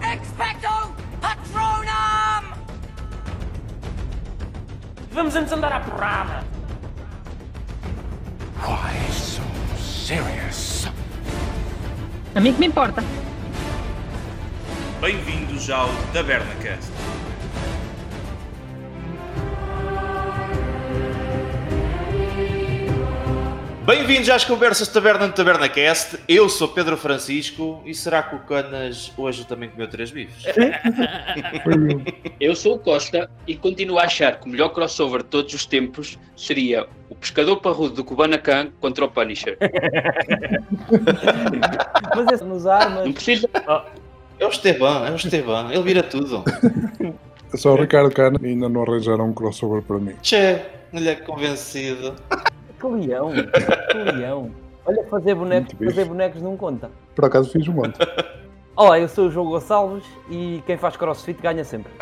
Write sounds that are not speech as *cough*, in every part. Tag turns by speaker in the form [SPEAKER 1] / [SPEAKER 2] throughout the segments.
[SPEAKER 1] Suspectum Patronum!
[SPEAKER 2] Vamos antes andar à porrada.
[SPEAKER 3] Why so serious?
[SPEAKER 4] A mim que me importa.
[SPEAKER 5] Bem-vindos ao Tabernacast.
[SPEAKER 6] Bem-vindos às conversas de Taberna no TabernaCast. Eu sou Pedro Francisco e será que o Canas hoje também comeu três bifes?
[SPEAKER 7] Eu sou o Costa e continuo a achar que o melhor crossover de todos os tempos seria o pescador parrudo do Kubanacan contra o Punisher.
[SPEAKER 2] Mas é nos armas.
[SPEAKER 7] Não precisa.
[SPEAKER 6] É o Esteban, é o Esteban, ele vira tudo.
[SPEAKER 8] É Só o Ricardo Cana ainda não arranjaram um crossover para mim.
[SPEAKER 6] Tchê, olha que é convencido.
[SPEAKER 2] Que leão. Que leão. Olha, fazer bonecos,
[SPEAKER 8] Muito bem.
[SPEAKER 2] fazer bonecos não conta.
[SPEAKER 8] Por acaso fiz um
[SPEAKER 7] *laughs*
[SPEAKER 8] monte.
[SPEAKER 2] Olá, eu sou o João Gonçalves e quem faz crossfit ganha sempre.
[SPEAKER 6] *laughs*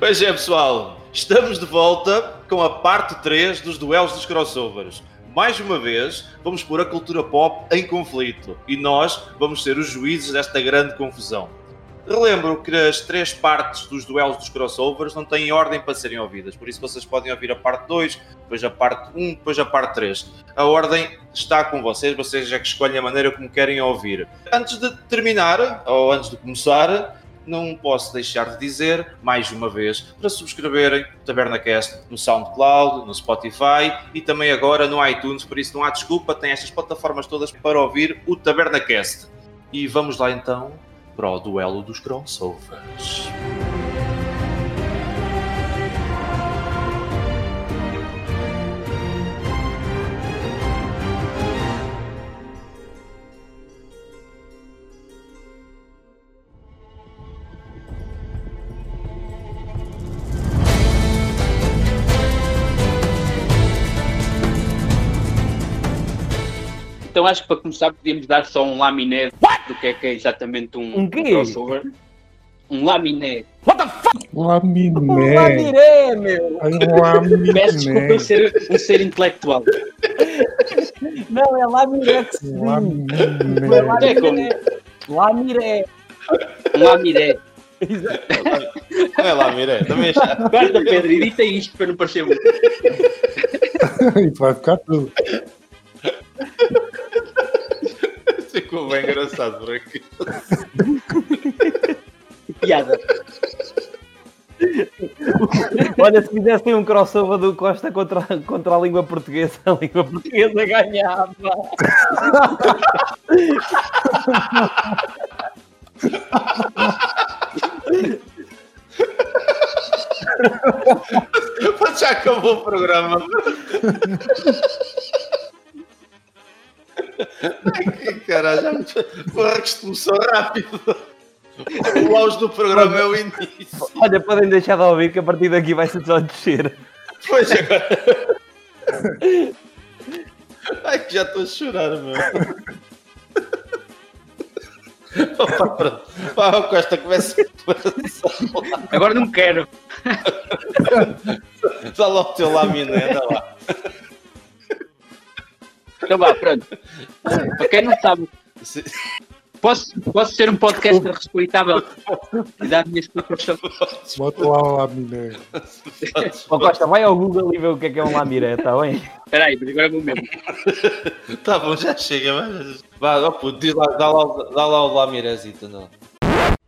[SPEAKER 6] Pois é, pessoal, estamos de volta com a parte 3 dos duelos dos crossovers. Mais uma vez, vamos pôr a cultura pop em conflito e nós vamos ser os juízes desta grande confusão. Relembro que as três partes dos duelos dos crossovers não têm ordem para serem ouvidas, por isso vocês podem ouvir a parte 2, depois a parte 1, depois a parte 3. A ordem está com vocês, vocês é que escolhem a maneira como querem ouvir. Antes de terminar, ou antes de começar, não posso deixar de dizer, mais uma vez, para subscreverem o TabernaCast no SoundCloud, no Spotify e também agora no iTunes, por isso não há desculpa, tem estas plataformas todas para ouvir o TabernaCast. E vamos lá então para o duelo dos crossovers.
[SPEAKER 7] Então acho que para começar podíamos dar só um laminé do que é que é exatamente um,
[SPEAKER 2] Um quê?
[SPEAKER 7] crossover. Um laminé.
[SPEAKER 2] Olá,
[SPEAKER 8] Laminé!
[SPEAKER 2] diré, meu!
[SPEAKER 8] Um Ai,
[SPEAKER 7] Um
[SPEAKER 8] um
[SPEAKER 7] Peço desculpa
[SPEAKER 8] Laminé!
[SPEAKER 7] eu ser um ser intelectual.
[SPEAKER 2] Não, é lá miré
[SPEAKER 8] Um
[SPEAKER 2] que se diz. É lá
[SPEAKER 8] *laughs* Laminé!
[SPEAKER 7] É como-
[SPEAKER 2] miré. Lá miré.
[SPEAKER 7] Um laminé.
[SPEAKER 2] Exato.
[SPEAKER 6] Olha lá, Mirei, também está.
[SPEAKER 7] Guarda, Pedro, edita isto para não parecer muito.
[SPEAKER 8] Isto vai ficar tudo.
[SPEAKER 6] *laughs* Ficou bem engraçado por aqui.
[SPEAKER 7] piada.
[SPEAKER 2] Olha, se fizessem um crossover do Costa contra, contra a língua portuguesa, a língua portuguesa ganhava.
[SPEAKER 6] Já acabou o programa. Ai, que caralho, já me- porra, que isto começou rápido. O auge do programa é o início.
[SPEAKER 2] Olha, podem deixar de ouvir que a partir daqui vai ser só descer.
[SPEAKER 6] Pois agora. Ai, que já estou a chorar, meu. Opa, pronto. Vá, o Costa, começa a
[SPEAKER 7] Agora não quero.
[SPEAKER 6] Dá lá o teu laminé, dá lá.
[SPEAKER 7] Então vá, pronto. Para quem não sabe,
[SPEAKER 6] Se-
[SPEAKER 7] posso, posso ser um podcaster respeitável e dar a minha explicação.
[SPEAKER 8] Bota lá o Laminé.
[SPEAKER 2] Ó Costa, vai ao Google e vê o que é que é um lamiré, está bem?
[SPEAKER 7] Espera aí, mas agora vou mesmo.
[SPEAKER 6] Tá bom, já chega, mas. Vá, ó puto, diz lá, dá lá, o- dá lá o então. lamirezito, não.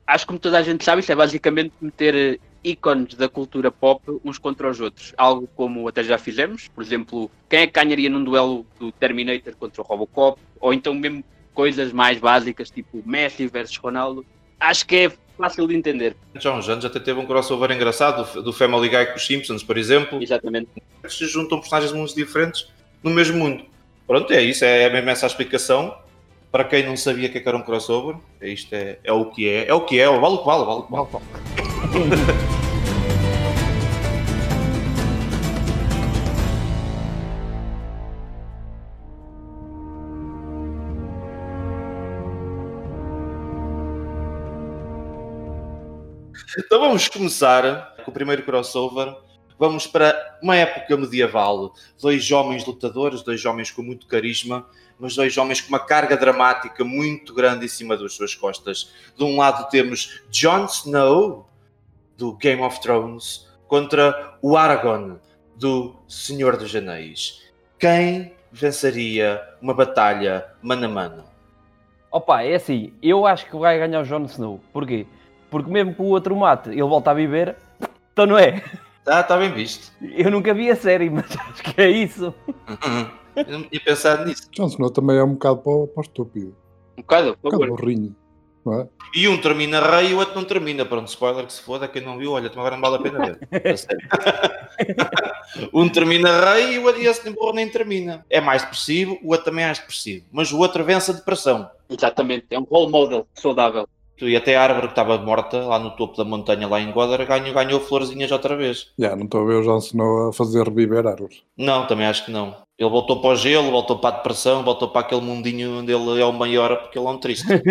[SPEAKER 7] Acho que como toda a gente sabe, isto é basicamente meter eh, ícones da cultura pop uns contra os outros. Algo como até já fizemos, por exemplo, quem é que ganharia num duelo do Terminator contra o Robocop, ou então mesmo coisas mais básicas, tipo Messi versus Ronaldo. Acho que é fácil de entender,
[SPEAKER 6] Já há uns anos até teve um crossover engraçado do- do Family Guy com os Simpsons, por exemplo.
[SPEAKER 7] exatamente.
[SPEAKER 6] se juntam personagens muito diferentes no mesmo mundo. Pronto, é isso, é mesmo essa a explicação. Para quem não sabia o que é que era um crossover, é isto é, é o que é, é o que é, vale o que vale, vale o que vale. Então vamos começar com o primeiro crossover Vamos para uma época medieval. Dois homens lutadores, dois homens com muito carisma, mas dois homens com uma carga dramática muito grande em cima das suas costas. De um lado temos Jon Snow, do Game of Thrones, contra o Aragorn, do Senhor dos Anéis. Quem venceria uma batalha mano a mano?
[SPEAKER 2] Opa, é assim, eu acho que vai ganhar o Jon Snow. Porquê? Porque mesmo que o outro mate, ele volta a viver, então não é.
[SPEAKER 6] Ah, está
[SPEAKER 2] *laughs*
[SPEAKER 6] bem visto.
[SPEAKER 2] Eu nunca vi a série, *laughs* mas acho que é isso.
[SPEAKER 6] Eu não tinha pensado nisso.
[SPEAKER 8] Jon Snow também é um bocado para, o- para o estúpido.
[SPEAKER 7] Um bocado,
[SPEAKER 8] Um
[SPEAKER 7] por
[SPEAKER 8] bocado
[SPEAKER 7] favor.
[SPEAKER 8] burrinho. Não é?
[SPEAKER 6] E um termina rei e o outro não termina. Pronto, spoiler que se foda, quem não viu, olha, então agora não vale a pena ver. A sério. um termina rei e o outro e esse nem burro nem termina. É mais depressivo, o outro também é mais depressivo. Mas o outro vence a depressão.
[SPEAKER 7] Exatamente, é um role model saudável.
[SPEAKER 6] E até a árvore que estava morta lá no topo da montanha, lá em Godar, ganhou, ganhou florzinhas outra vez.
[SPEAKER 8] Já, não estou a ver o Jon Snow a fazer reviver árvores.
[SPEAKER 6] Não, também acho que não. Ele voltou para o gelo, voltou para a depressão, voltou para aquele mundinho onde ele é o maior porque ele é um triste.
[SPEAKER 2] *laughs*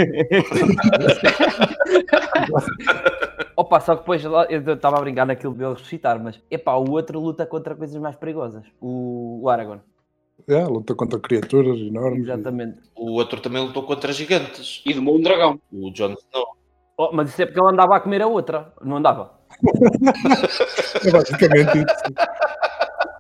[SPEAKER 2] Opa, só que depois lá- eu estava a brincar naquilo dele ressuscitar, mas epá, o outro luta contra coisas mais perigosas. O, o Aragorn.
[SPEAKER 8] Já, É, luta contra criaturas enormes.
[SPEAKER 2] Exatamente.
[SPEAKER 6] O outro também lutou contra gigantes.
[SPEAKER 7] E domou um dragão.
[SPEAKER 6] O Jon Snow.
[SPEAKER 2] Oh, mas isso é porque ele andava a comer a outra, não andava?
[SPEAKER 8] É basicamente isso.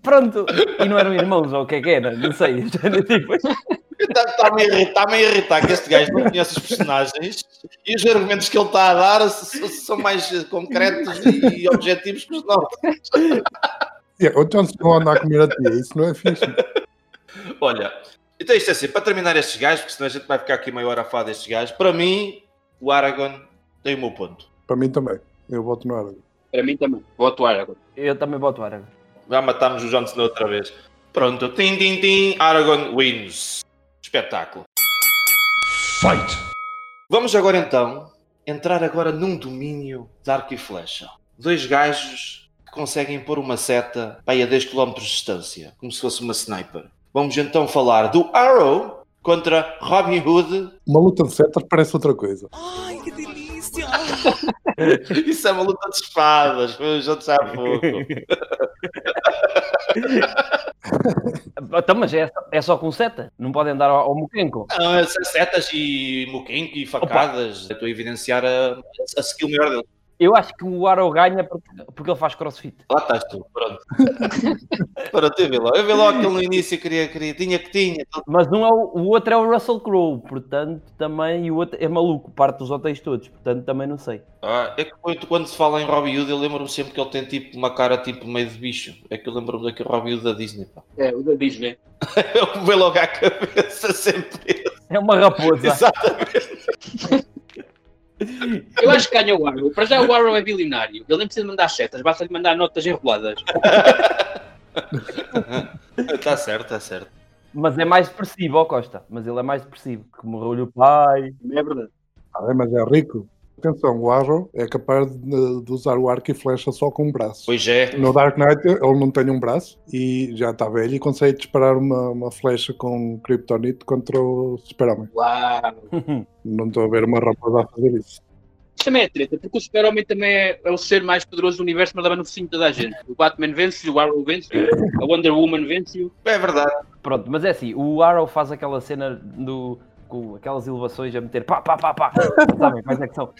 [SPEAKER 2] Pronto! E não eram irmãos, ou o que é que era? Não sei. *laughs* Tipo,
[SPEAKER 6] Está-me a irritar, está-me a irritar que este gajo não conhece os personagens e os argumentos que ele está a dar s- s- são mais eh, concretos e objetivos que os nossos.
[SPEAKER 8] Já, o Jon Snow anda a comer a tia, isso não é fixe.
[SPEAKER 6] Olha, então isto é assim, para terminar estes gajos, porque senão a gente vai ficar aqui meia hora a falar destes gajos, para mim, o Aragorn tem o meu ponto.
[SPEAKER 8] Para mim também. Eu voto no Aragorn.
[SPEAKER 7] Para mim também. Vou atuar agora.
[SPEAKER 2] eu também boto o Aragorn.
[SPEAKER 6] Já matámos o Jon Snow outra vez. Pronto, tim, tim, tim, Aragorn wins. Espetáculo.
[SPEAKER 3] Fight!
[SPEAKER 6] Vamos agora então entrar agora num domínio de arco e flecha. Dois gajos que conseguem pôr uma seta bem a 10 km de distância, como se fosse uma sniper. Vamos então falar do Arrow contra Robin Hood.
[SPEAKER 8] Uma luta de setas parece outra coisa.
[SPEAKER 1] Ai, que delícia!
[SPEAKER 6] *laughs* Isso é uma luta de espadas, foi um jogo de pouco.
[SPEAKER 2] Então, mas é, só- é só com seta? Não podem dar ao, ao Mukenko?
[SPEAKER 6] Não, essas setas e moquinho e facadas. Estou a evidenciar a, a skill melhor dele.
[SPEAKER 2] Eu acho que o Arrow ganha porque, porque ele faz crossfit.
[SPEAKER 6] Lá estás tu, pronto. *laughs* pronto, eu vi logo. Eu vi logo que ele no início queria, queria, tinha que tinha.
[SPEAKER 2] Mas um é o, o outro é o Russell Crowe, portanto também. E o outro é maluco, parte dos hotéis todos, portanto também não sei.
[SPEAKER 6] Ah, é que quando- quando se fala em Robin Hood, eu lembro-me sempre que ele tem tipo uma cara tipo meio de bicho. É que eu lembro-me daquele Robin Hood da Disney. Pá. *laughs*
[SPEAKER 7] É, o da Disney.
[SPEAKER 6] Eu me vejo logo à cabeça sempre.
[SPEAKER 2] É uma raposa.
[SPEAKER 7] Eu acho que ganha o Arrow. Para já o Arrow é bilionário. Ele nem precisa mandar setas, basta lhe mandar notas enroladas.
[SPEAKER 6] Está Tá certo, está certo.
[SPEAKER 2] Mas é mais depressivo, ó Costa. Mas ele é mais depressivo, que morreu-lhe o pai. *laughs*
[SPEAKER 7] Não é verdade.
[SPEAKER 8] Ah, é, mas é rico. Atenção, o Arrow é capaz de, de usar o arco e flecha só com um braço.
[SPEAKER 6] Pois é.
[SPEAKER 8] No Dark Knight ele não tem um braço e já está velho e consegue disparar uma, uma flecha com Kryptonite contra o Super-Homem.
[SPEAKER 7] Uau!
[SPEAKER 8] Não estou a ver uma raposa a fazer isso.
[SPEAKER 7] Isto também é treta, porque o Super-Homem também é, é o ser mais poderoso do universo, mas leva no focinho de toda a gente. O Batman vence-o, o Arrow vence-o, a Wonder Woman vence-o.
[SPEAKER 6] É verdade.
[SPEAKER 2] Pronto, mas é assim, o Arrow faz aquela cena do. com aquelas elevações a meter pá, pá, pá, pá. Sabem, faz ação.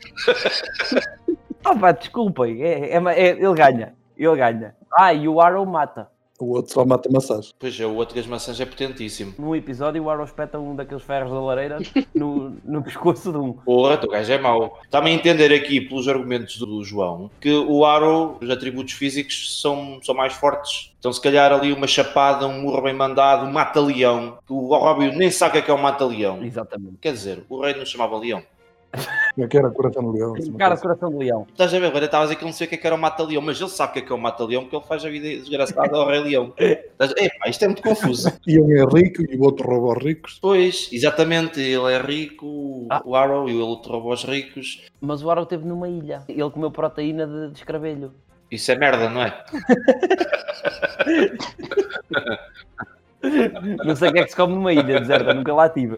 [SPEAKER 2] Ah pá, desculpem, é, é, ma- é- ele ganha. Ele ganha. Ah, e o Arrow mata.
[SPEAKER 8] O outro só mata maçãs.
[SPEAKER 6] Pois é, o outro das maçãs é potentíssimo.
[SPEAKER 2] Num episódio, o Arrow espeta um daqueles ferros da lareira no, no pescoço de um.
[SPEAKER 6] Porra, o gajo é mau. Está-me a entender aqui, pelos argumentos do João, que o Arrow, os atributos físicos são, são mais fortes. Então, se calhar, ali uma chapada, um murro bem mandado, um mata-leão. O Robin nem sabe o que é que é um mata-leão.
[SPEAKER 2] Exatamente.
[SPEAKER 6] Quer dizer, o rei não se chamava leão.
[SPEAKER 8] Como é que era? Coração de leão. assim, uma
[SPEAKER 2] Cara,
[SPEAKER 8] coisa.
[SPEAKER 2] coração de leão.
[SPEAKER 6] Estás a ver? Agora estavas a dizer que ele não sei o que é que era o Mata-Leão, mas ele sabe o que é que é o Mata-Leão porque ele faz a vida desgraçada ao Rei Leão. Estás... Epá, isto é muito confuso.
[SPEAKER 8] E um é rico e o outro rouba aos ricos.
[SPEAKER 6] Pois, exatamente, ele é rico,
[SPEAKER 2] Ah.
[SPEAKER 6] o Arrow e o outro roubou os ricos.
[SPEAKER 2] Mas o Arrow esteve numa ilha. Ele comeu proteína de, de escravelho.
[SPEAKER 6] Isso é merda, não é?
[SPEAKER 2] Não sei o que é que se come numa ilha deserta, nunca lá tive.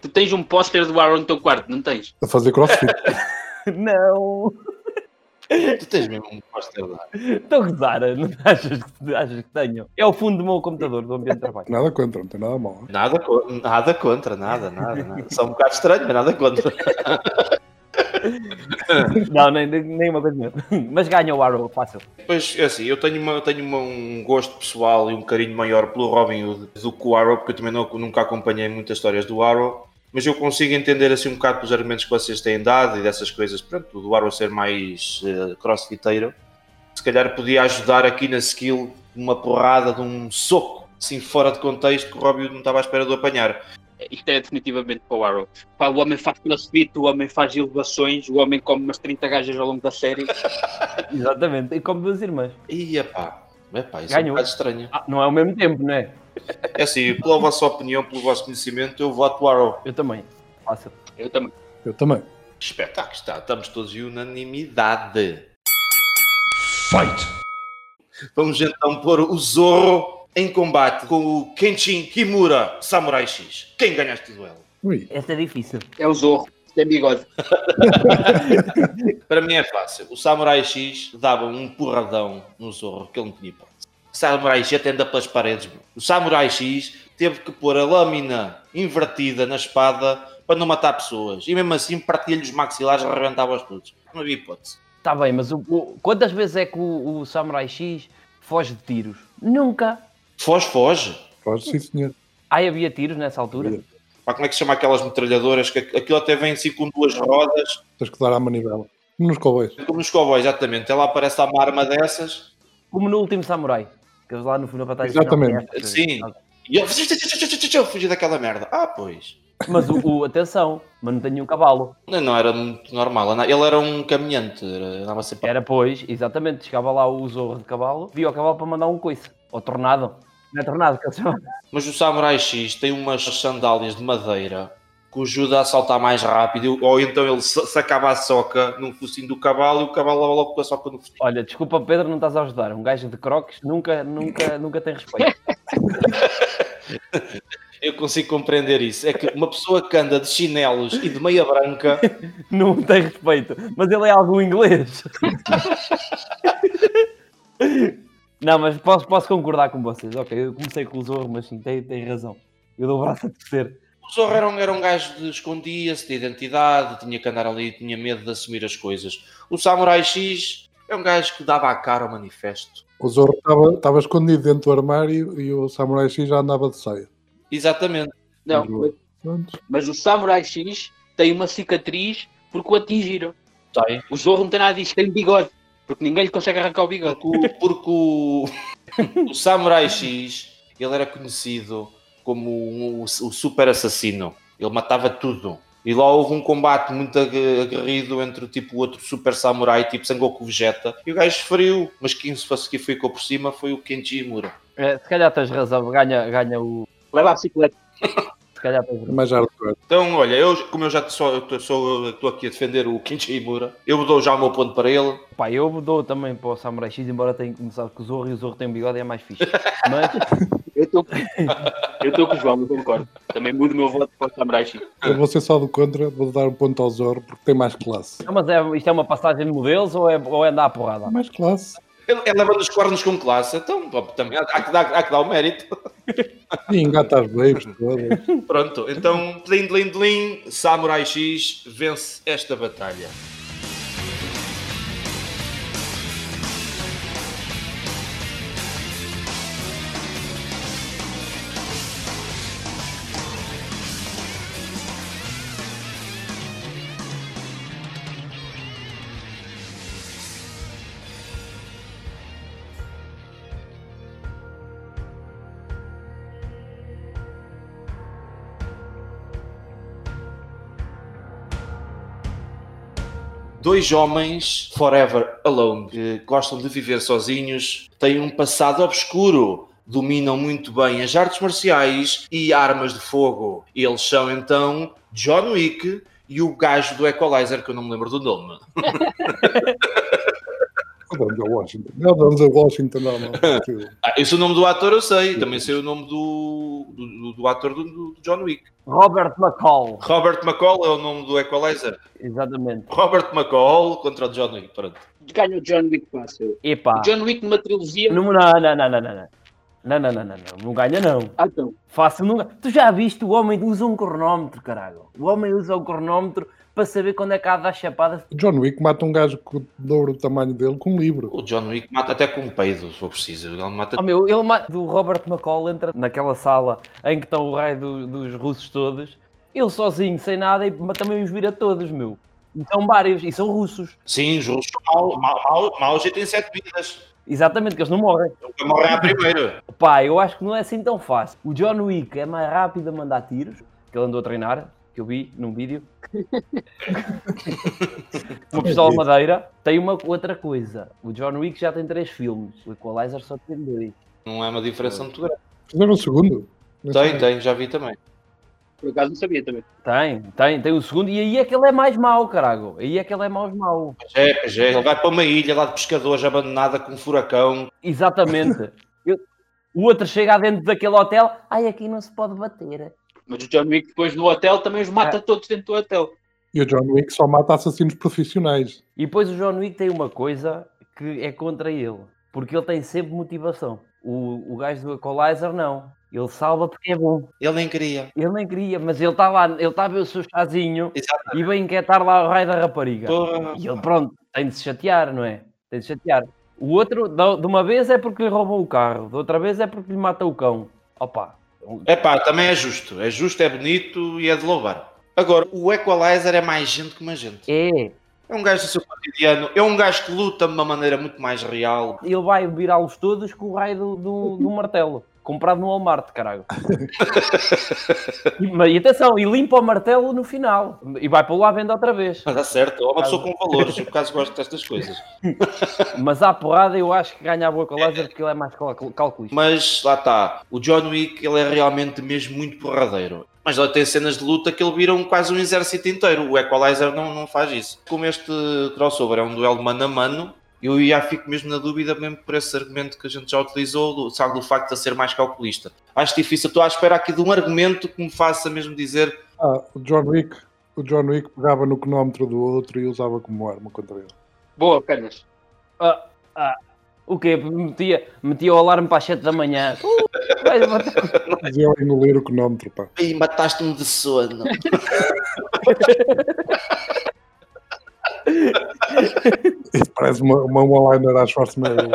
[SPEAKER 7] Tu tens um póster do Arrow no teu quarto, não tens?
[SPEAKER 8] A fazer crossfit.
[SPEAKER 2] Não!
[SPEAKER 6] Tu tens mesmo um pastel lá.
[SPEAKER 2] Estou a gozar, não *laughs* achas, que- achas que tenho? É o fundo do meu computador, do ambiente de trabalho.
[SPEAKER 8] Nada contra, não tem nada mal. hein?
[SPEAKER 6] Nada, co- nada contra, nada, nada, nada. Só um bocado estranho, mas nada contra.
[SPEAKER 2] Não, nem, nem- nem uma coisa mesmo. *laughs* Mas ganha o Arrow, fácil.
[SPEAKER 6] Pois, é assim, eu tenho, uma, tenho uma- um gosto pessoal e um carinho maior pelo Robin Hood do que o Arrow, porque eu também não- nunca acompanhei muitas histórias do Arrow, mas eu consigo entender assim um bocado pelos argumentos que vocês têm dado e dessas coisas, pronto, do Arrow ser mais uh, crossfiteiro, se calhar podia ajudar aqui na skill uma porrada de um soco, assim, fora de contexto, que o Robin Hood não estava à espera de o apanhar.
[SPEAKER 7] Isto é definitivamente para o Arrow. Pá, o homem faz crossfit, o homem faz elevações, o homem come umas 30 gajas ao longo da série.
[SPEAKER 2] Exatamente. E como duas irmãs.
[SPEAKER 6] E, epá, epá, isso é um
[SPEAKER 2] Ganhou.
[SPEAKER 6] bocado estranho.
[SPEAKER 2] Ah, não é ao mesmo tempo, não é?
[SPEAKER 6] É assim, pela vossa opinião, pelo vosso conhecimento, eu voto Arrow.
[SPEAKER 2] Eu também. Fácil.
[SPEAKER 7] Eu também.
[SPEAKER 8] Eu também.
[SPEAKER 6] Espetáculo está, estamos todos em unanimidade.
[SPEAKER 3] Fight!
[SPEAKER 6] Vamos então pôr o Zorro em combate com o Kenshin Kimura Samurai X. Quem ganhaste o duelo?
[SPEAKER 8] Ui,
[SPEAKER 2] Esta é difícil.
[SPEAKER 7] É o Zorro, tem bigode.
[SPEAKER 6] Para mim é fácil. O Samurai X dava um porradão no Zorro, que ele não tinha hipótese. O Samurai X até anda pelas paredes. meu. O Samurai X teve que pôr a lâmina invertida na espada para não matar pessoas. E mesmo assim partilha os maxilares e arrebentava-os todos. Não havia hipótese.
[SPEAKER 2] Está Tá bem, mas o- o- quantas vezes é que o, o Samurai X foge de tiros? Nunca.
[SPEAKER 6] Foge, foge.
[SPEAKER 8] claro, sim, senhor.
[SPEAKER 2] Ai, havia tiros nessa altura?
[SPEAKER 6] Pá, como é que se chama aquelas metralhadoras? Que aqu- aquilo até vem assim com duas rodas,
[SPEAKER 8] Tens que dar à manivela. Nos cowboys.
[SPEAKER 6] como nos cowboys, exatamente. Ela aparece lá uma arma dessas
[SPEAKER 2] Como no último Samurai. Que eles lá no final da batalha.
[SPEAKER 8] Exatamente.
[SPEAKER 2] final,
[SPEAKER 6] Sim. e eu fugi daquela merda. Ah, pois.
[SPEAKER 2] Mas o, o- atenção, mas não tenho um cavalo.
[SPEAKER 6] Não, não era muito normal. Ana- Ele era um caminhante. Era, andava sempre...
[SPEAKER 2] Era, pois, exatamente. Chegava lá o zorro de cavalo, via o cavalo para mandar um coice. Ou tornado. Não é tornado, que eles chamam.
[SPEAKER 6] Mas o Samurai X tem umas sandálias de madeira que o ajuda a saltar mais rápido. Ou então ele sa- sacava a soca num focinho do cavalo e o cavalo lava logo com a soca no
[SPEAKER 2] *laughs*
[SPEAKER 6] focinho.
[SPEAKER 2] Olha, desculpa, Pedro, não estás a ajudar. Um gajo de croques nunca, *laughs* nunca, nunca tem respeito.
[SPEAKER 6] Eu consigo compreender isso. É que uma pessoa que anda de chinelos e de meia branca
[SPEAKER 2] não tem respeito. Mas ele é algum inglês. *laughs* não, mas posso, posso concordar com vocês. Ok, eu comecei com o zorro, mas sim, tem, tem razão. Eu dou o braço a torcer.
[SPEAKER 6] O Zorro era um, era um gajo de escondia-se de identidade, tinha que andar ali, tinha medo de assumir as coisas. O Samurai X é um gajo que dava a cara ao manifesto.
[SPEAKER 8] O Zorro estava- estava escondido dentro do armário e o Samurai X já andava de saia.
[SPEAKER 6] Exatamente.
[SPEAKER 7] Não, mas,
[SPEAKER 8] Uhum. Pronto.
[SPEAKER 7] mas o Samurai X tem uma cicatriz porque o atingiram.
[SPEAKER 6] Tem.
[SPEAKER 7] O Zorro não tem nada disso, tem bigode. Porque ninguém lhe consegue arrancar o bigode.
[SPEAKER 6] Porque, o- porque o, o Samurai X ele era conhecido como um- o, o super assassino. Ele matava tudo. E lá houve um combate muito agu- aguerrido entre tipo o outro super samurai, tipo Sangoku Vegeta, e o gajo feriu. Mas quem se fosse que ficou por cima foi o Kenji Imura.
[SPEAKER 2] Eh, se calhar tens razão, ganha, ganha o.
[SPEAKER 7] Leva a bicicleta.
[SPEAKER 2] Se calhar tens
[SPEAKER 8] É
[SPEAKER 2] razão.
[SPEAKER 8] mais hardcore.
[SPEAKER 6] Então, olha, eu, como eu já estou aqui a defender o Kinji Imura, eu dou já o meu ponto para ele.
[SPEAKER 2] Pá, eu dou também para o Samurai X, embora tenha começado com o Zorro e o Zorro tem um bigode e é mais fixe. Mas
[SPEAKER 7] Eu estou com o João, eu concordo. Também mudo o meu voto para o Samurai X.
[SPEAKER 8] Eu vou ser só do contra, vou dar um ponto ao Zorro porque tem mais classe.
[SPEAKER 2] Não, mas é, isto é uma passagem de modelos ou é, ou é andar à porrada?
[SPEAKER 8] Mais classe.
[SPEAKER 6] Ele, ele é leva dos cornos com classe, então pá, também há, há que dar, há que dar o mérito.
[SPEAKER 8] E engata as babes todas.
[SPEAKER 6] Pronto, então, plim, plim, plim, Samurai X vence esta batalha. Dois homens, forever alone, que gostam de viver sozinhos, têm um passado obscuro, dominam muito bem as artes marciais e armas de fogo. Eles são, então, John Wick e o gajo do Equalizer, que eu não me lembro do nome.
[SPEAKER 8] Vamos a é um Washington. Não, vamos a Washington, não, não.
[SPEAKER 6] Ah, esse o nome do ator eu sei, também sei o nome do, do, do- do ator do, do John Wick.
[SPEAKER 2] Robert McCall.
[SPEAKER 6] Robert McCall é o nome do Equalizer.
[SPEAKER 2] Exatamente.
[SPEAKER 6] Robert McCall contra o John Wick, pronto.
[SPEAKER 7] Ganha o John Wick fácil.
[SPEAKER 2] Epá.
[SPEAKER 7] O John Wick numa trilogia.
[SPEAKER 2] Não, não, não, não, não, não, não. Não, não, não, não, não. Não ganha, não.
[SPEAKER 7] Ah, então.
[SPEAKER 2] Fácil não ganha. Tu já viste o homem usa um cronómetro, caralho. O homem usa o cronómetro para saber quando é que há das chapadas.
[SPEAKER 8] John Wick mata um gajo que dobra o tamanho dele com um livro.
[SPEAKER 6] O John Wick mata até com um peido, se for preciso. Ele mata
[SPEAKER 2] Oh meu, ele ma- do Robert McCall entra naquela sala em que estão o raio do- dos russos todos, ele sozinho, sem nada, e ma- também os vira todos, meu. E são vários, e são russos.
[SPEAKER 6] Sim, os russos são maus, maus, maus, maus e têm sete vidas.
[SPEAKER 2] Exatamente, que eles não morrem.
[SPEAKER 6] Nunca morrem à primeira.
[SPEAKER 2] Pá, eu acho que não é assim tão fácil. O John Wick é mais rápido a mandar tiros, que ele andou a treinar, que eu vi num vídeo. uma pistola de madeira. Tem uma outra coisa. O John Wick já tem três filmes. O Equalizer só tem dois.
[SPEAKER 6] Não é uma diferença muito grande.
[SPEAKER 8] Fizeram o segundo. é.
[SPEAKER 6] Tem, tem, já vi também.
[SPEAKER 7] Por acaso não sabia também.
[SPEAKER 2] Tem, tem, tem o segundo. E aí é que ele é mais mau, carago. Aí é que ele é mais mau.
[SPEAKER 6] Pois é, pois é. Ele vai para uma ilha lá de pescadores abandonada com um furacão.
[SPEAKER 2] Exatamente. Eu- o outro chega dentro daquele hotel, ai, aqui não se pode bater.
[SPEAKER 7] Mas o John Wick depois no hotel também os mata todos dentro do hotel.
[SPEAKER 8] E o John Wick só mata assassinos profissionais.
[SPEAKER 2] E depois o John Wick tem uma coisa que é contra ele, porque ele tem sempre motivação. O, o gajo do Equalizer não. Ele salva porque é bom.
[SPEAKER 6] Ele nem queria.
[SPEAKER 2] Ele nem queria, mas ele está lá, ele está a ver o seu chazinho e vem inquietar lá o raio da rapariga.
[SPEAKER 6] Porra.
[SPEAKER 2] E ele, pronto, tem de se chatear, não é? Tem de se chatear. O outro, da- de uma vez é porque lhe roubou o carro, da outra vez é porque lhe mata o cão. Opa,
[SPEAKER 6] É pá, também é justo. É justo, é bonito e é de louvar. Agora, o Equalizer é mais gente que mais gente.
[SPEAKER 2] é,
[SPEAKER 6] É um gajo do seu cotidiano. É um gajo que luta de uma maneira muito mais real.
[SPEAKER 2] ele vai virá-los todos com o raio do, do- do martelo, comprado no Walmart, caralho. e, mas, e atenção, e limpa o martelo no final, e vai para lá à venda outra vez.
[SPEAKER 6] Mas dá certo. É uma pessoa com valores. Eu por acaso gosto destas coisas.
[SPEAKER 2] Mas à porrada eu acho que ganhava o Equalizer porque ele é mais cal- calculista.
[SPEAKER 6] Mas lá está, o John Wick ele é realmente mesmo muito porradeiro. Mas ele tem cenas de luta que ele vira um- quase um exército inteiro. O Equalizer não, não faz isso. Como este crossover é um duelo mano a mano, eu já fico mesmo na dúvida, mesmo por esse argumento que a gente já utilizou, do, sabe, do facto de ele ser mais calculista. Acho difícil, estou à espera aqui de um argumento que me faça mesmo dizer
[SPEAKER 8] Ah, o John Wick, o John Wick pegava no cronómetro do outro e usava como arma contra ele.
[SPEAKER 7] Boa, Canas.
[SPEAKER 2] Ah, O quê? Metia, metia o alarme para as 7 da manhã. Uh, vai bater.
[SPEAKER 8] Mas eu engolir o cronómetro, pá.
[SPEAKER 6] Ei, mataste-me de sono.
[SPEAKER 8] Isso parece uma, uma one-liner à Schwarzenegger.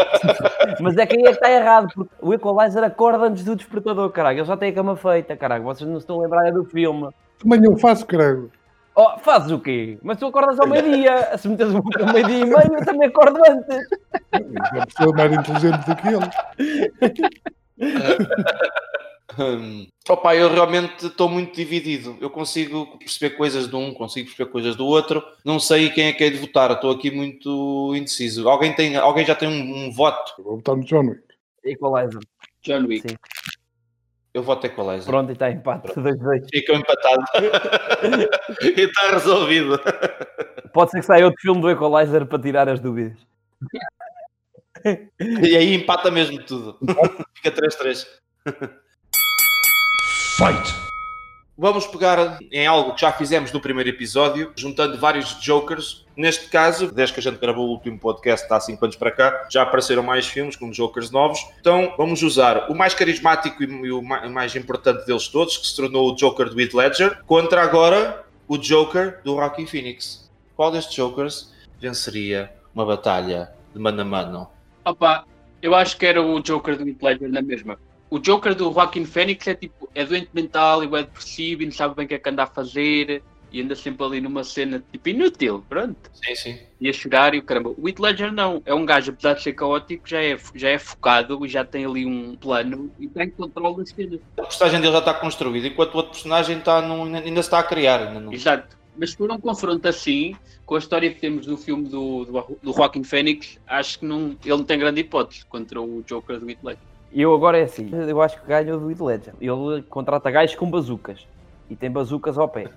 [SPEAKER 2] Mas é que aí é que está errado, porque o Equalizer acorda antes do despertador, caralho. Ele já tem a cama feita, caralho. Vocês não se estão a lembrar é do filme.
[SPEAKER 8] Também eu faço, caralho.
[SPEAKER 2] Oh, fazes o quê? Mas tu acordas ao meio-dia. Se metes o boca ao meio-dia e meio, eu também acordo antes.
[SPEAKER 8] É uma pessoa mais inteligente do que ele.
[SPEAKER 6] Hum. Opa, eu realmente estou muito dividido. Eu consigo perceber coisas de um, consigo perceber coisas do outro. Não sei quem é que é de votar. Estou aqui muito indeciso. Alguém, tem, alguém já tem um, um voto?
[SPEAKER 8] Eu Vou botar no John Wick.
[SPEAKER 2] Equalizer.
[SPEAKER 7] John Wick.
[SPEAKER 2] Sim.
[SPEAKER 6] Eu voto Equalizer. Pronto.
[SPEAKER 2] Pronto, e está empate. 2-2.
[SPEAKER 6] Ficam empatados. *laughs* e está resolvido.
[SPEAKER 2] Pode ser que saia outro filme do Equalizer para tirar as dúvidas.
[SPEAKER 6] E aí empata mesmo tudo. Fica 3-3.
[SPEAKER 3] Fight!
[SPEAKER 6] Vamos pegar em algo que já fizemos no primeiro episódio, juntando vários Jokers. Neste caso, desde que a gente gravou o último podcast há 5 anos para cá, já apareceram mais filmes com Jokers novos. Então vamos usar o mais carismático e o ma- mais importante deles todos, que se tornou o Joker do Heath Ledger, contra agora o Joker do Rocky Phoenix. Qual destes Jokers venceria uma batalha de mano a mano?
[SPEAKER 7] Opa, eu acho que era o Joker do Heath Ledger na mesma. O Joker do Joaquin Phoenix é tipo, é doente mental e é depressivo e não sabe bem o que é que anda a fazer e anda sempre ali numa cena tipo inútil, pronto.
[SPEAKER 6] Sim, sim.
[SPEAKER 7] E a chorar e o caramba. O Heath Ledger não, é um gajo, apesar de ser caótico, já é, já é focado e já tem ali um plano e tem controle das cenas.
[SPEAKER 6] A personagem dele já está construída, enquanto o outro personagem está num- ainda ainda se está a criar. Ainda não...
[SPEAKER 7] Exato. Mas por um confronto assim, com a história que temos do filme do, do, do Joaquin Phoenix, acho que não, ele não tem grande hipótese contra o Joker do Heath Ledger.
[SPEAKER 2] Eu agora é assim. Eu acho que ganho o do Heath Ledger. Ele contrata gajos com bazucas. E tem bazucas ao pé.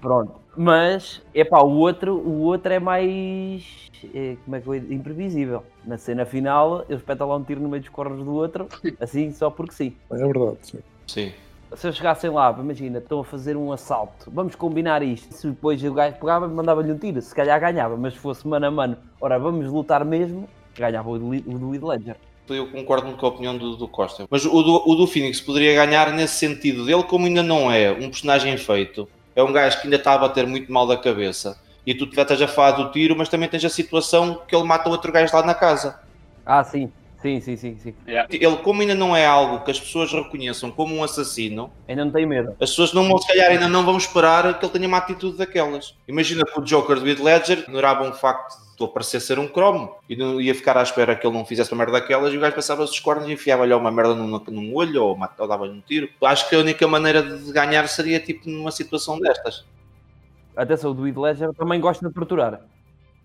[SPEAKER 2] Pronto. Mas, epá, o outro, o outro é mais. é, como é que foi? Imprevisível. Na cena final, ele espeta lá um tiro no meio dos cornos do outro, assim, só porque sim.
[SPEAKER 8] É verdade, sim.
[SPEAKER 6] Sim.
[SPEAKER 2] Se eles chegassem lá, imagina, estão a fazer um assalto, vamos combinar isto. Se depois o gajo pegava, mandava-lhe um tiro, se calhar ganhava, mas se fosse mano a mano, ora, vamos lutar mesmo, ganhava o do Lee- o do Heath Ledger.
[SPEAKER 6] Eu concordo muito com a opinião do, do Costa. Mas o do, o do Phoenix poderia ganhar nesse sentido dele, como ainda não é um personagem feito, é um gajo que ainda está a bater muito mal da cabeça. E tu já estás a falar do tiro, mas também tens a situação que ele mata outro gajo lá na casa.
[SPEAKER 2] Ah, sim, sim, sim, sim, sim.
[SPEAKER 6] Ele, como ainda não é algo que as pessoas reconheçam como um assassino,
[SPEAKER 2] Ainda não tenho medo.
[SPEAKER 6] as pessoas não, vão- se calhar ainda não vão esperar que ele tenha uma atitude daquelas. Imagina que o Joker do Heath Ledger ignorava um facto de ele parecer ser um cromo e não ia ficar à espera que ele não fizesse uma merda daquelas e o gajo passava os cornos e enfiava-lhe uma merda num, num olho ou, ma- ou dava-lhe um tiro. Acho que a única maneira de ganhar seria tipo numa situação destas.
[SPEAKER 2] Atenção, o do Heath Ledger também gosta de torturar.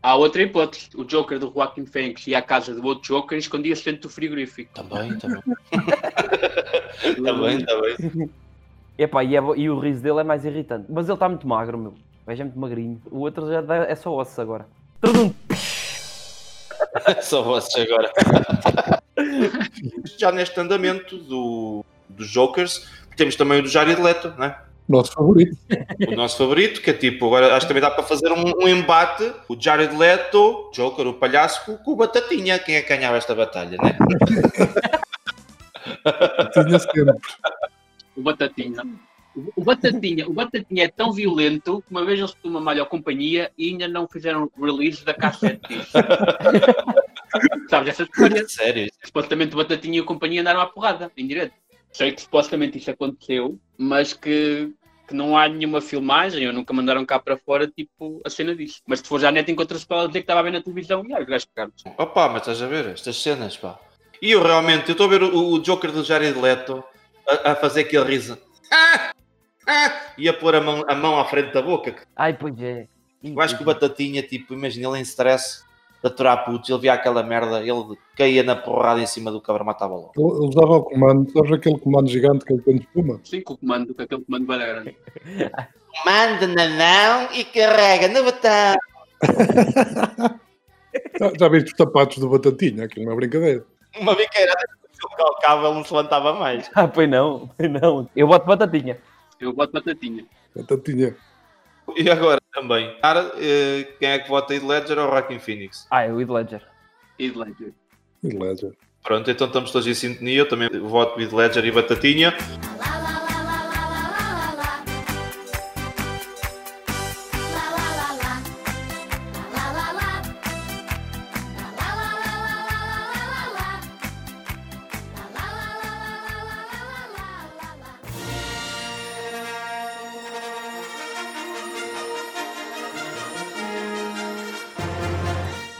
[SPEAKER 7] Há outra hipótese. O Joker do Joaquim Phoenix ia à casa do outro Joker e escondia-se dentro do frigorífico.
[SPEAKER 6] Também, também. *laughs* também, também. *laughs*
[SPEAKER 2] Epá, e, é bo- e o riso dele é mais irritante. Mas ele está muito magro, meu. O gajo é muito magrinho. O outro já dá- é só ossos agora. Tradum.
[SPEAKER 6] Só vocês agora. Já neste andamento do, dos Jokers, temos também o do Jared Leto, né?
[SPEAKER 8] Nosso favorito.
[SPEAKER 6] o nosso favorito, que é tipo, agora acho que também dá para fazer um, um embate, o Jared Leto, Joker, o palhaço, com- com o Batatinha, quem é que ganhava esta batalha, né?
[SPEAKER 8] Tinha sempre.
[SPEAKER 7] O Batatinha. O- O Batatinha, o Batatinha é tão violento que uma vez eles tomam malho à companhia e ainda não fizeram release da cassete disso. Sabes, essas histórias.
[SPEAKER 6] É Sério,
[SPEAKER 7] supostamente o Batatinha e a companhia andaram à porrada, em direto. Sei que supostamente isto aconteceu, mas que, que não há nenhuma filmagem ou nunca mandaram cá para fora, tipo, a cena disso. Mas se for já neto, encontra-se para ela dizer que estava a ver na televisão e ah, os gajos pegaram
[SPEAKER 6] é um- Opa, mas estás a ver estas cenas, pá. E eu realmente, eu estou a ver o, o Joker do Jared Leto a, a fazer aquele riso. Ah! Ah! E a pôr a mão, a mão à frente da boca.
[SPEAKER 2] Ai, pois é. Ih,
[SPEAKER 6] Eu acho que o
[SPEAKER 2] pois
[SPEAKER 6] Batatinha, tipo, imagina ele em stress, de aturar putos, ele via aquela merda, ele caía na porrada em cima do cabra, matava logo.
[SPEAKER 8] Ele ele usava o comando, sabes aquele comando gigante que ele tem de espuma?
[SPEAKER 7] Sim, com o comando, com aquele comando bem grande.
[SPEAKER 6] Manda na mão e carrega no botão.
[SPEAKER 8] Já, já viste os sapatos do Batatinha, aquilo não é brincadeira.
[SPEAKER 6] Uma biqueirada que eu colocava, ele não se levantava mais.
[SPEAKER 2] é. *laughs* Ah, pois não, pois não. Eu boto batatinha.
[SPEAKER 7] Eu boto Batatinha.
[SPEAKER 8] Batatinha.
[SPEAKER 6] E agora também. Cara, eh, quem é que vota aí de Ledger ou Rockin' Phoenix?
[SPEAKER 2] Ah, é o Heath Ledger.
[SPEAKER 7] E de Ledger.
[SPEAKER 8] E Ledger.
[SPEAKER 6] Pronto, então estamos todos em sintonia. Eu também voto Mid Ledger e Batatinha.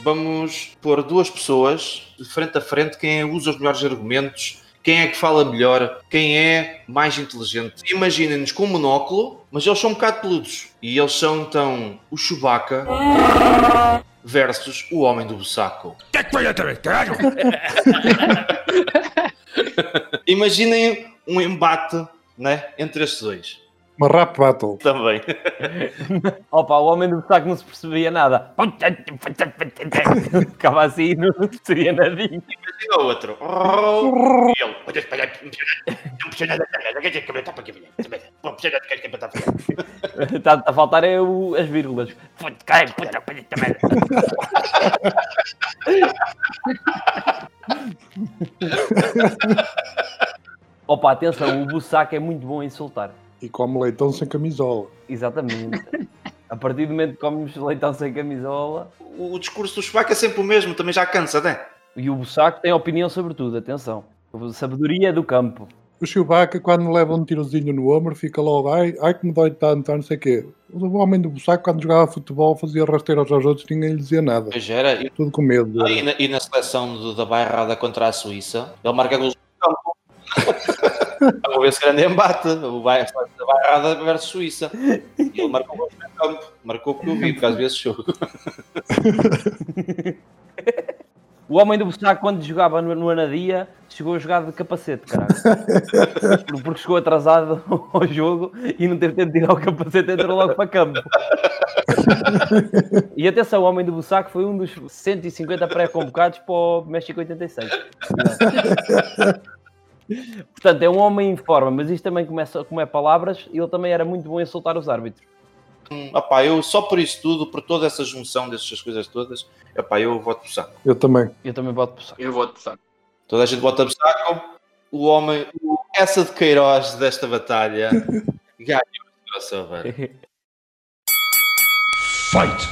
[SPEAKER 6] Vamos pôr duas pessoas de frente a frente, quem usa os melhores argumentos, quem é que fala melhor, quem é mais inteligente. Imaginem-nos com um monóculo, mas eles são um bocado peludos. E eles são então o Chewbacca versus o Homem do Bussaco.
[SPEAKER 3] Get right into it, caralho!
[SPEAKER 6] *laughs* Imaginem um embate né, entre estes dois.
[SPEAKER 8] Uma rap battle.
[SPEAKER 6] Também.
[SPEAKER 2] Opa, o homem do saco não se percebia nada. *laughs* Ficava assim e não se percebia nadinho.
[SPEAKER 6] E o outro. E ele.
[SPEAKER 2] *laughs* Está a faltar é o- as vírgulas. Opa, atenção, o Bussaco é muito bom a insultar.
[SPEAKER 8] E come leitão sem camisola.
[SPEAKER 2] Exatamente. A partir do momento que comes leitão sem camisola
[SPEAKER 6] O o discurso do Chewbacca é sempre o mesmo, também já cansa, né?
[SPEAKER 2] e o Bussaco tem opinião sobre tudo, atenção. Sabedoria do campo.
[SPEAKER 8] O Chewbacca, quando leva um tirozinho no ombro, fica logo, ai, ai que me dói tanto, ai, não sei o quê. O homem do Bussaco, quando jogava futebol, fazia rasteiros aos outros, ninguém lhe dizia nada.
[SPEAKER 6] Pois era. E,
[SPEAKER 8] Tudo com medo.
[SPEAKER 6] Ah, e na, e na seleção do- da bairrada contra a Suíça, ele marca gols no campo. Vamos ver esse grande embate. O bai- a seleção da bairrada versus Suíça. E ele marcou gols no *laughs* campo. Marcou porque eu vi, por causa desse jogo.
[SPEAKER 2] O homem do Bussaco, quando jogava no, no Anadia, chegou a jogar de capacete, caralho. Porque chegou atrasado *laughs* ao jogo e não teve tempo de tirar o capacete, entrou logo para campo. E atenção, o homem do Bussaco foi um dos 150 pré-convocados para o México 86. Portanto, é um homem em forma, mas isto também começa, como é palavras, ele também era muito bom em soltar os árbitros.
[SPEAKER 6] Opá, eu só por isso tudo, por toda essa junção dessas coisas todas, opá, eu voto por saco.
[SPEAKER 8] Eu também.
[SPEAKER 2] Eu também boto por saco.
[SPEAKER 7] Eu vou de saco.
[SPEAKER 6] Toda a gente vota por saco. O homem, o- essa de Queiroz desta batalha, ganhou o crossover.
[SPEAKER 3] Fight.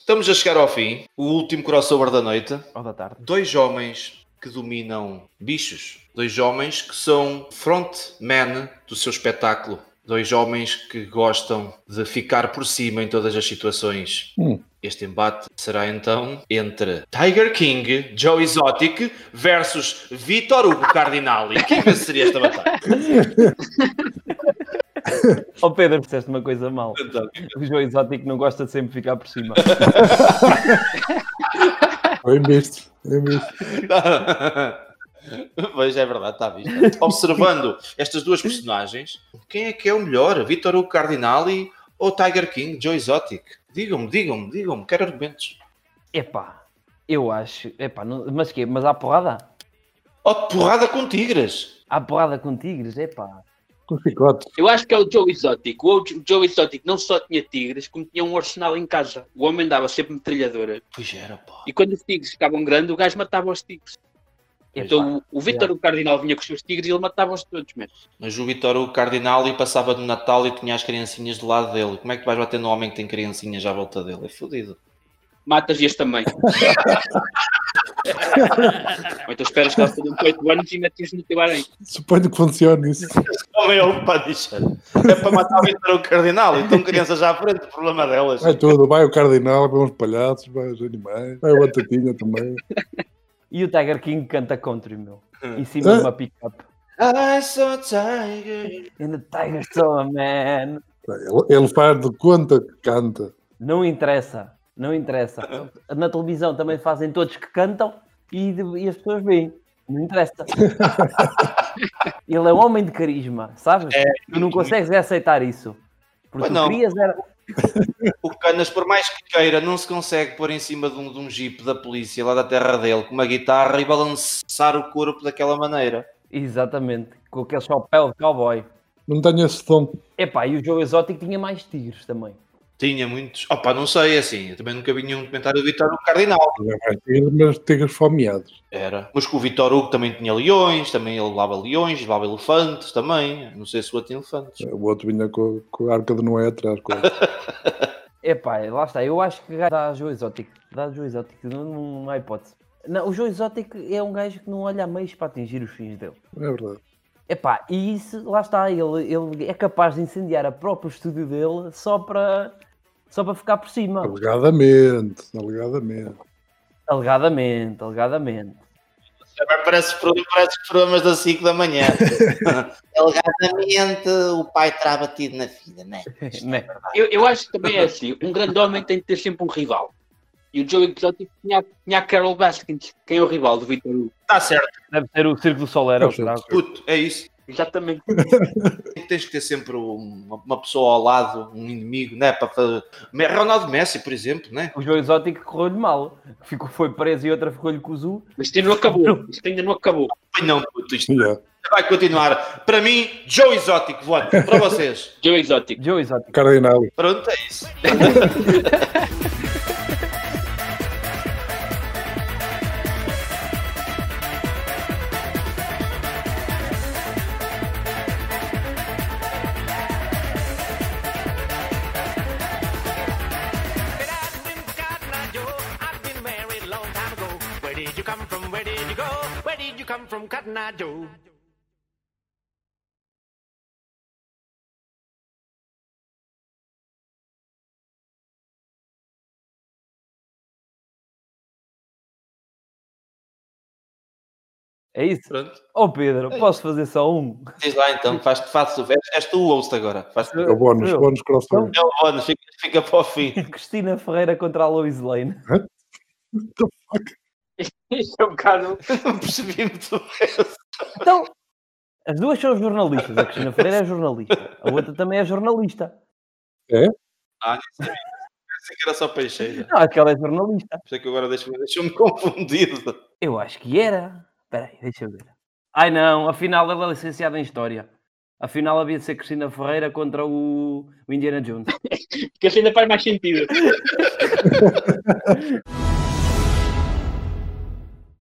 [SPEAKER 6] Estamos a chegar ao fim, o último crossover da noite.
[SPEAKER 2] Ou da tarde.
[SPEAKER 6] Dois homens que dominam bichos. Dois homens que são frontman do seu espetáculo. Dois homens que gostam de ficar por cima em todas as situações.
[SPEAKER 8] Hum.
[SPEAKER 6] Este embate será então entre Tiger King, Joe Exotic versus Vitor Hugo Cardinali. Quem venceria esta batalha?
[SPEAKER 2] Oh Pedro, disseste uma coisa mal.
[SPEAKER 6] Então,
[SPEAKER 2] O João Exótico não gosta de sempre ficar por cima.
[SPEAKER 8] Bem visto. Bem visto.
[SPEAKER 6] *laughs* Pois é verdade, está visto. Observando estas duas personagens, quem é que é o melhor? Vitor Hugo Cardinali ou Tiger King, Joe Exotic? Digam-me, digam-me, digam-me, quero argumentos.
[SPEAKER 2] Epá, eu acho. Epá, não- mas quê? Mas há porrada?
[SPEAKER 6] Oh, de porrada com tigres!
[SPEAKER 2] Há porrada com tigres? Epá.
[SPEAKER 8] Com chicote.
[SPEAKER 7] Eu acho que é o Joe Exótico. O Joe Exótico não só tinha tigres, como tinha um arsenal em casa. O homem dava sempre metralhadora.
[SPEAKER 6] Pois era, pá.
[SPEAKER 7] E quando os tigres ficavam grandes, o gajo matava os tigres.
[SPEAKER 2] Epá.
[SPEAKER 7] Então o, o Vítor, o Cardinal, vinha com os seus tigres e ele matava-os todos mesmo.
[SPEAKER 6] Mas o Vitor Hugo Cardinali passava de Natal e tinha as criancinhas do lado dele. Como é que tu vais bater no homem que tem criancinhas à volta dele? É fodido.
[SPEAKER 7] Matas este também. Ou então esperas que ela tenha 8 anos e metes no teu arém.
[SPEAKER 8] Suponho que funcione isso.
[SPEAKER 6] Homem é um para deixar. É para matar o Vitor Hugo Cardinali. Estão crianças à frente, o problema delas.
[SPEAKER 8] Vai tudo. Vai o cardinal, vai os palhaços, vai os animais, vai a batatinha também.
[SPEAKER 2] E o Tiger King canta country, meu.
[SPEAKER 6] Hum.
[SPEAKER 2] Em cima de uma pick-up.
[SPEAKER 6] I saw Tiger.
[SPEAKER 2] And the Tiger Saw a Man.
[SPEAKER 8] Ele, ele faz de conta que canta.
[SPEAKER 2] Não interessa. Não interessa. Na televisão também fazem todos que cantam e, de- e as pessoas veem. Não
[SPEAKER 6] *laughs*
[SPEAKER 2] interessa. Ele é um homem de carisma, sabes? tu não consegues aceitar isso. Porque
[SPEAKER 6] É. Pois não.
[SPEAKER 2] tu querias era,
[SPEAKER 6] O Canas, por mais que queira, não se consegue pôr em cima de um, de um jeep da polícia lá da terra dele com uma guitarra e balançar o corpo daquela maneira.
[SPEAKER 2] Exatamente, com aquele chapéu de cowboy.
[SPEAKER 8] Não tenho esse dom.
[SPEAKER 2] Epá, e o Joe Exótico tinha mais tigres também.
[SPEAKER 6] Tinha muitos. Opa, não sei, assim. Eu também nunca vi nenhum documentário do Vitor Hugo Cardinal.
[SPEAKER 8] Tigres, mas tigres fomeados.
[SPEAKER 6] Era. Mas que o Vitor Hugo também tinha leões, também ele levava leões, levava elefantes também. Não sei se o outro tinha elefantes.
[SPEAKER 8] O outro vinha com, com a arca de Noé atrás. com-
[SPEAKER 2] Epá, lá está, eu acho que dá Joe Exótico. Dá Joe Exótico, não, não- não há hipótese. Não, o Joe Exótico é um gajo que não olha a meios para atingir os fins dele.
[SPEAKER 8] É verdade.
[SPEAKER 2] Epá, e isso, lá está, ele, ele é capaz de incendiar a próprio estúdio dele só para, só para ficar por cima.
[SPEAKER 8] Alegadamente. Alegadamente.
[SPEAKER 2] Alegadamente, alegadamente.
[SPEAKER 6] Agora parece, parece os programas das 5 da *laughs* manhã.
[SPEAKER 9] Alegadamente, o pai terá batido na filha, né?
[SPEAKER 2] Né?
[SPEAKER 7] Eu, eu acho que também é assim: um grande homem tem de ter sempre um rival. E o Joe Exótico tinha, tinha a Carol Baskins, quem é o rival do Vitor Hugo.
[SPEAKER 6] Está Tá certo,
[SPEAKER 2] Deve ser o Circo do Solera,
[SPEAKER 8] É o
[SPEAKER 2] o caralho.
[SPEAKER 6] puto. É isso.
[SPEAKER 7] Exatamente.
[SPEAKER 6] tens que ter sempre um, uma, uma pessoa ao lado, um inimigo, né? Para fazer... Me- Ronaldo Messi, por exemplo, né?
[SPEAKER 2] O Joe Exótico correu-lhe mal. Ficou, foi preso e outra ficou-lhe com o Zu.
[SPEAKER 7] Mas isto ainda não acabou. Isto ainda não acabou.
[SPEAKER 6] Ai, Não, puto, isto
[SPEAKER 8] Yeah.
[SPEAKER 6] vai continuar. Para mim, Joe Exótico, voto. Para vocês.
[SPEAKER 7] Joe Exótico.
[SPEAKER 2] Joe Exótico.
[SPEAKER 8] Cardinal.
[SPEAKER 6] *laughs* Pronto, é isso.
[SPEAKER 10] But I've been forgotten, I know. I've been married a long time ago. Where did you come from? Where did you go? Where did you come from, Cotton Eye Joe?
[SPEAKER 2] É isso?
[SPEAKER 6] Pronto.
[SPEAKER 2] Oh Pedro, posso fazer só um?
[SPEAKER 6] Diz lá então, faz, faz, és, és tu o host agora. Faz
[SPEAKER 8] É o bónus.
[SPEAKER 2] Eu.
[SPEAKER 8] Bónus crossover.
[SPEAKER 6] é o bónus, fica,
[SPEAKER 2] *laughs*
[SPEAKER 6] fica para o fim. *laughs*
[SPEAKER 2] Cristina Ferreira contra a Lois Lane.
[SPEAKER 7] Isto *laughs* é um bocado.
[SPEAKER 6] Não percebi muito bem.
[SPEAKER 2] Então, as duas são jornalistas. A Cristina Ferreira é jornalista. A outra também é jornalista.
[SPEAKER 6] Ah, nem sabia. Pensei que era só peixeira.
[SPEAKER 2] Não, acho que ela é jornalista.
[SPEAKER 6] Por isso é que agora deixou- deixou-me *laughs* confundido.
[SPEAKER 2] Eu acho que era. Espera aí, deixa eu ver. Ai não, afinal ela é licenciada em História. Afinal havia de ser Cristina Ferreira contra o, o Indiana Jones.
[SPEAKER 7] Que assim ainda faz mais sentido.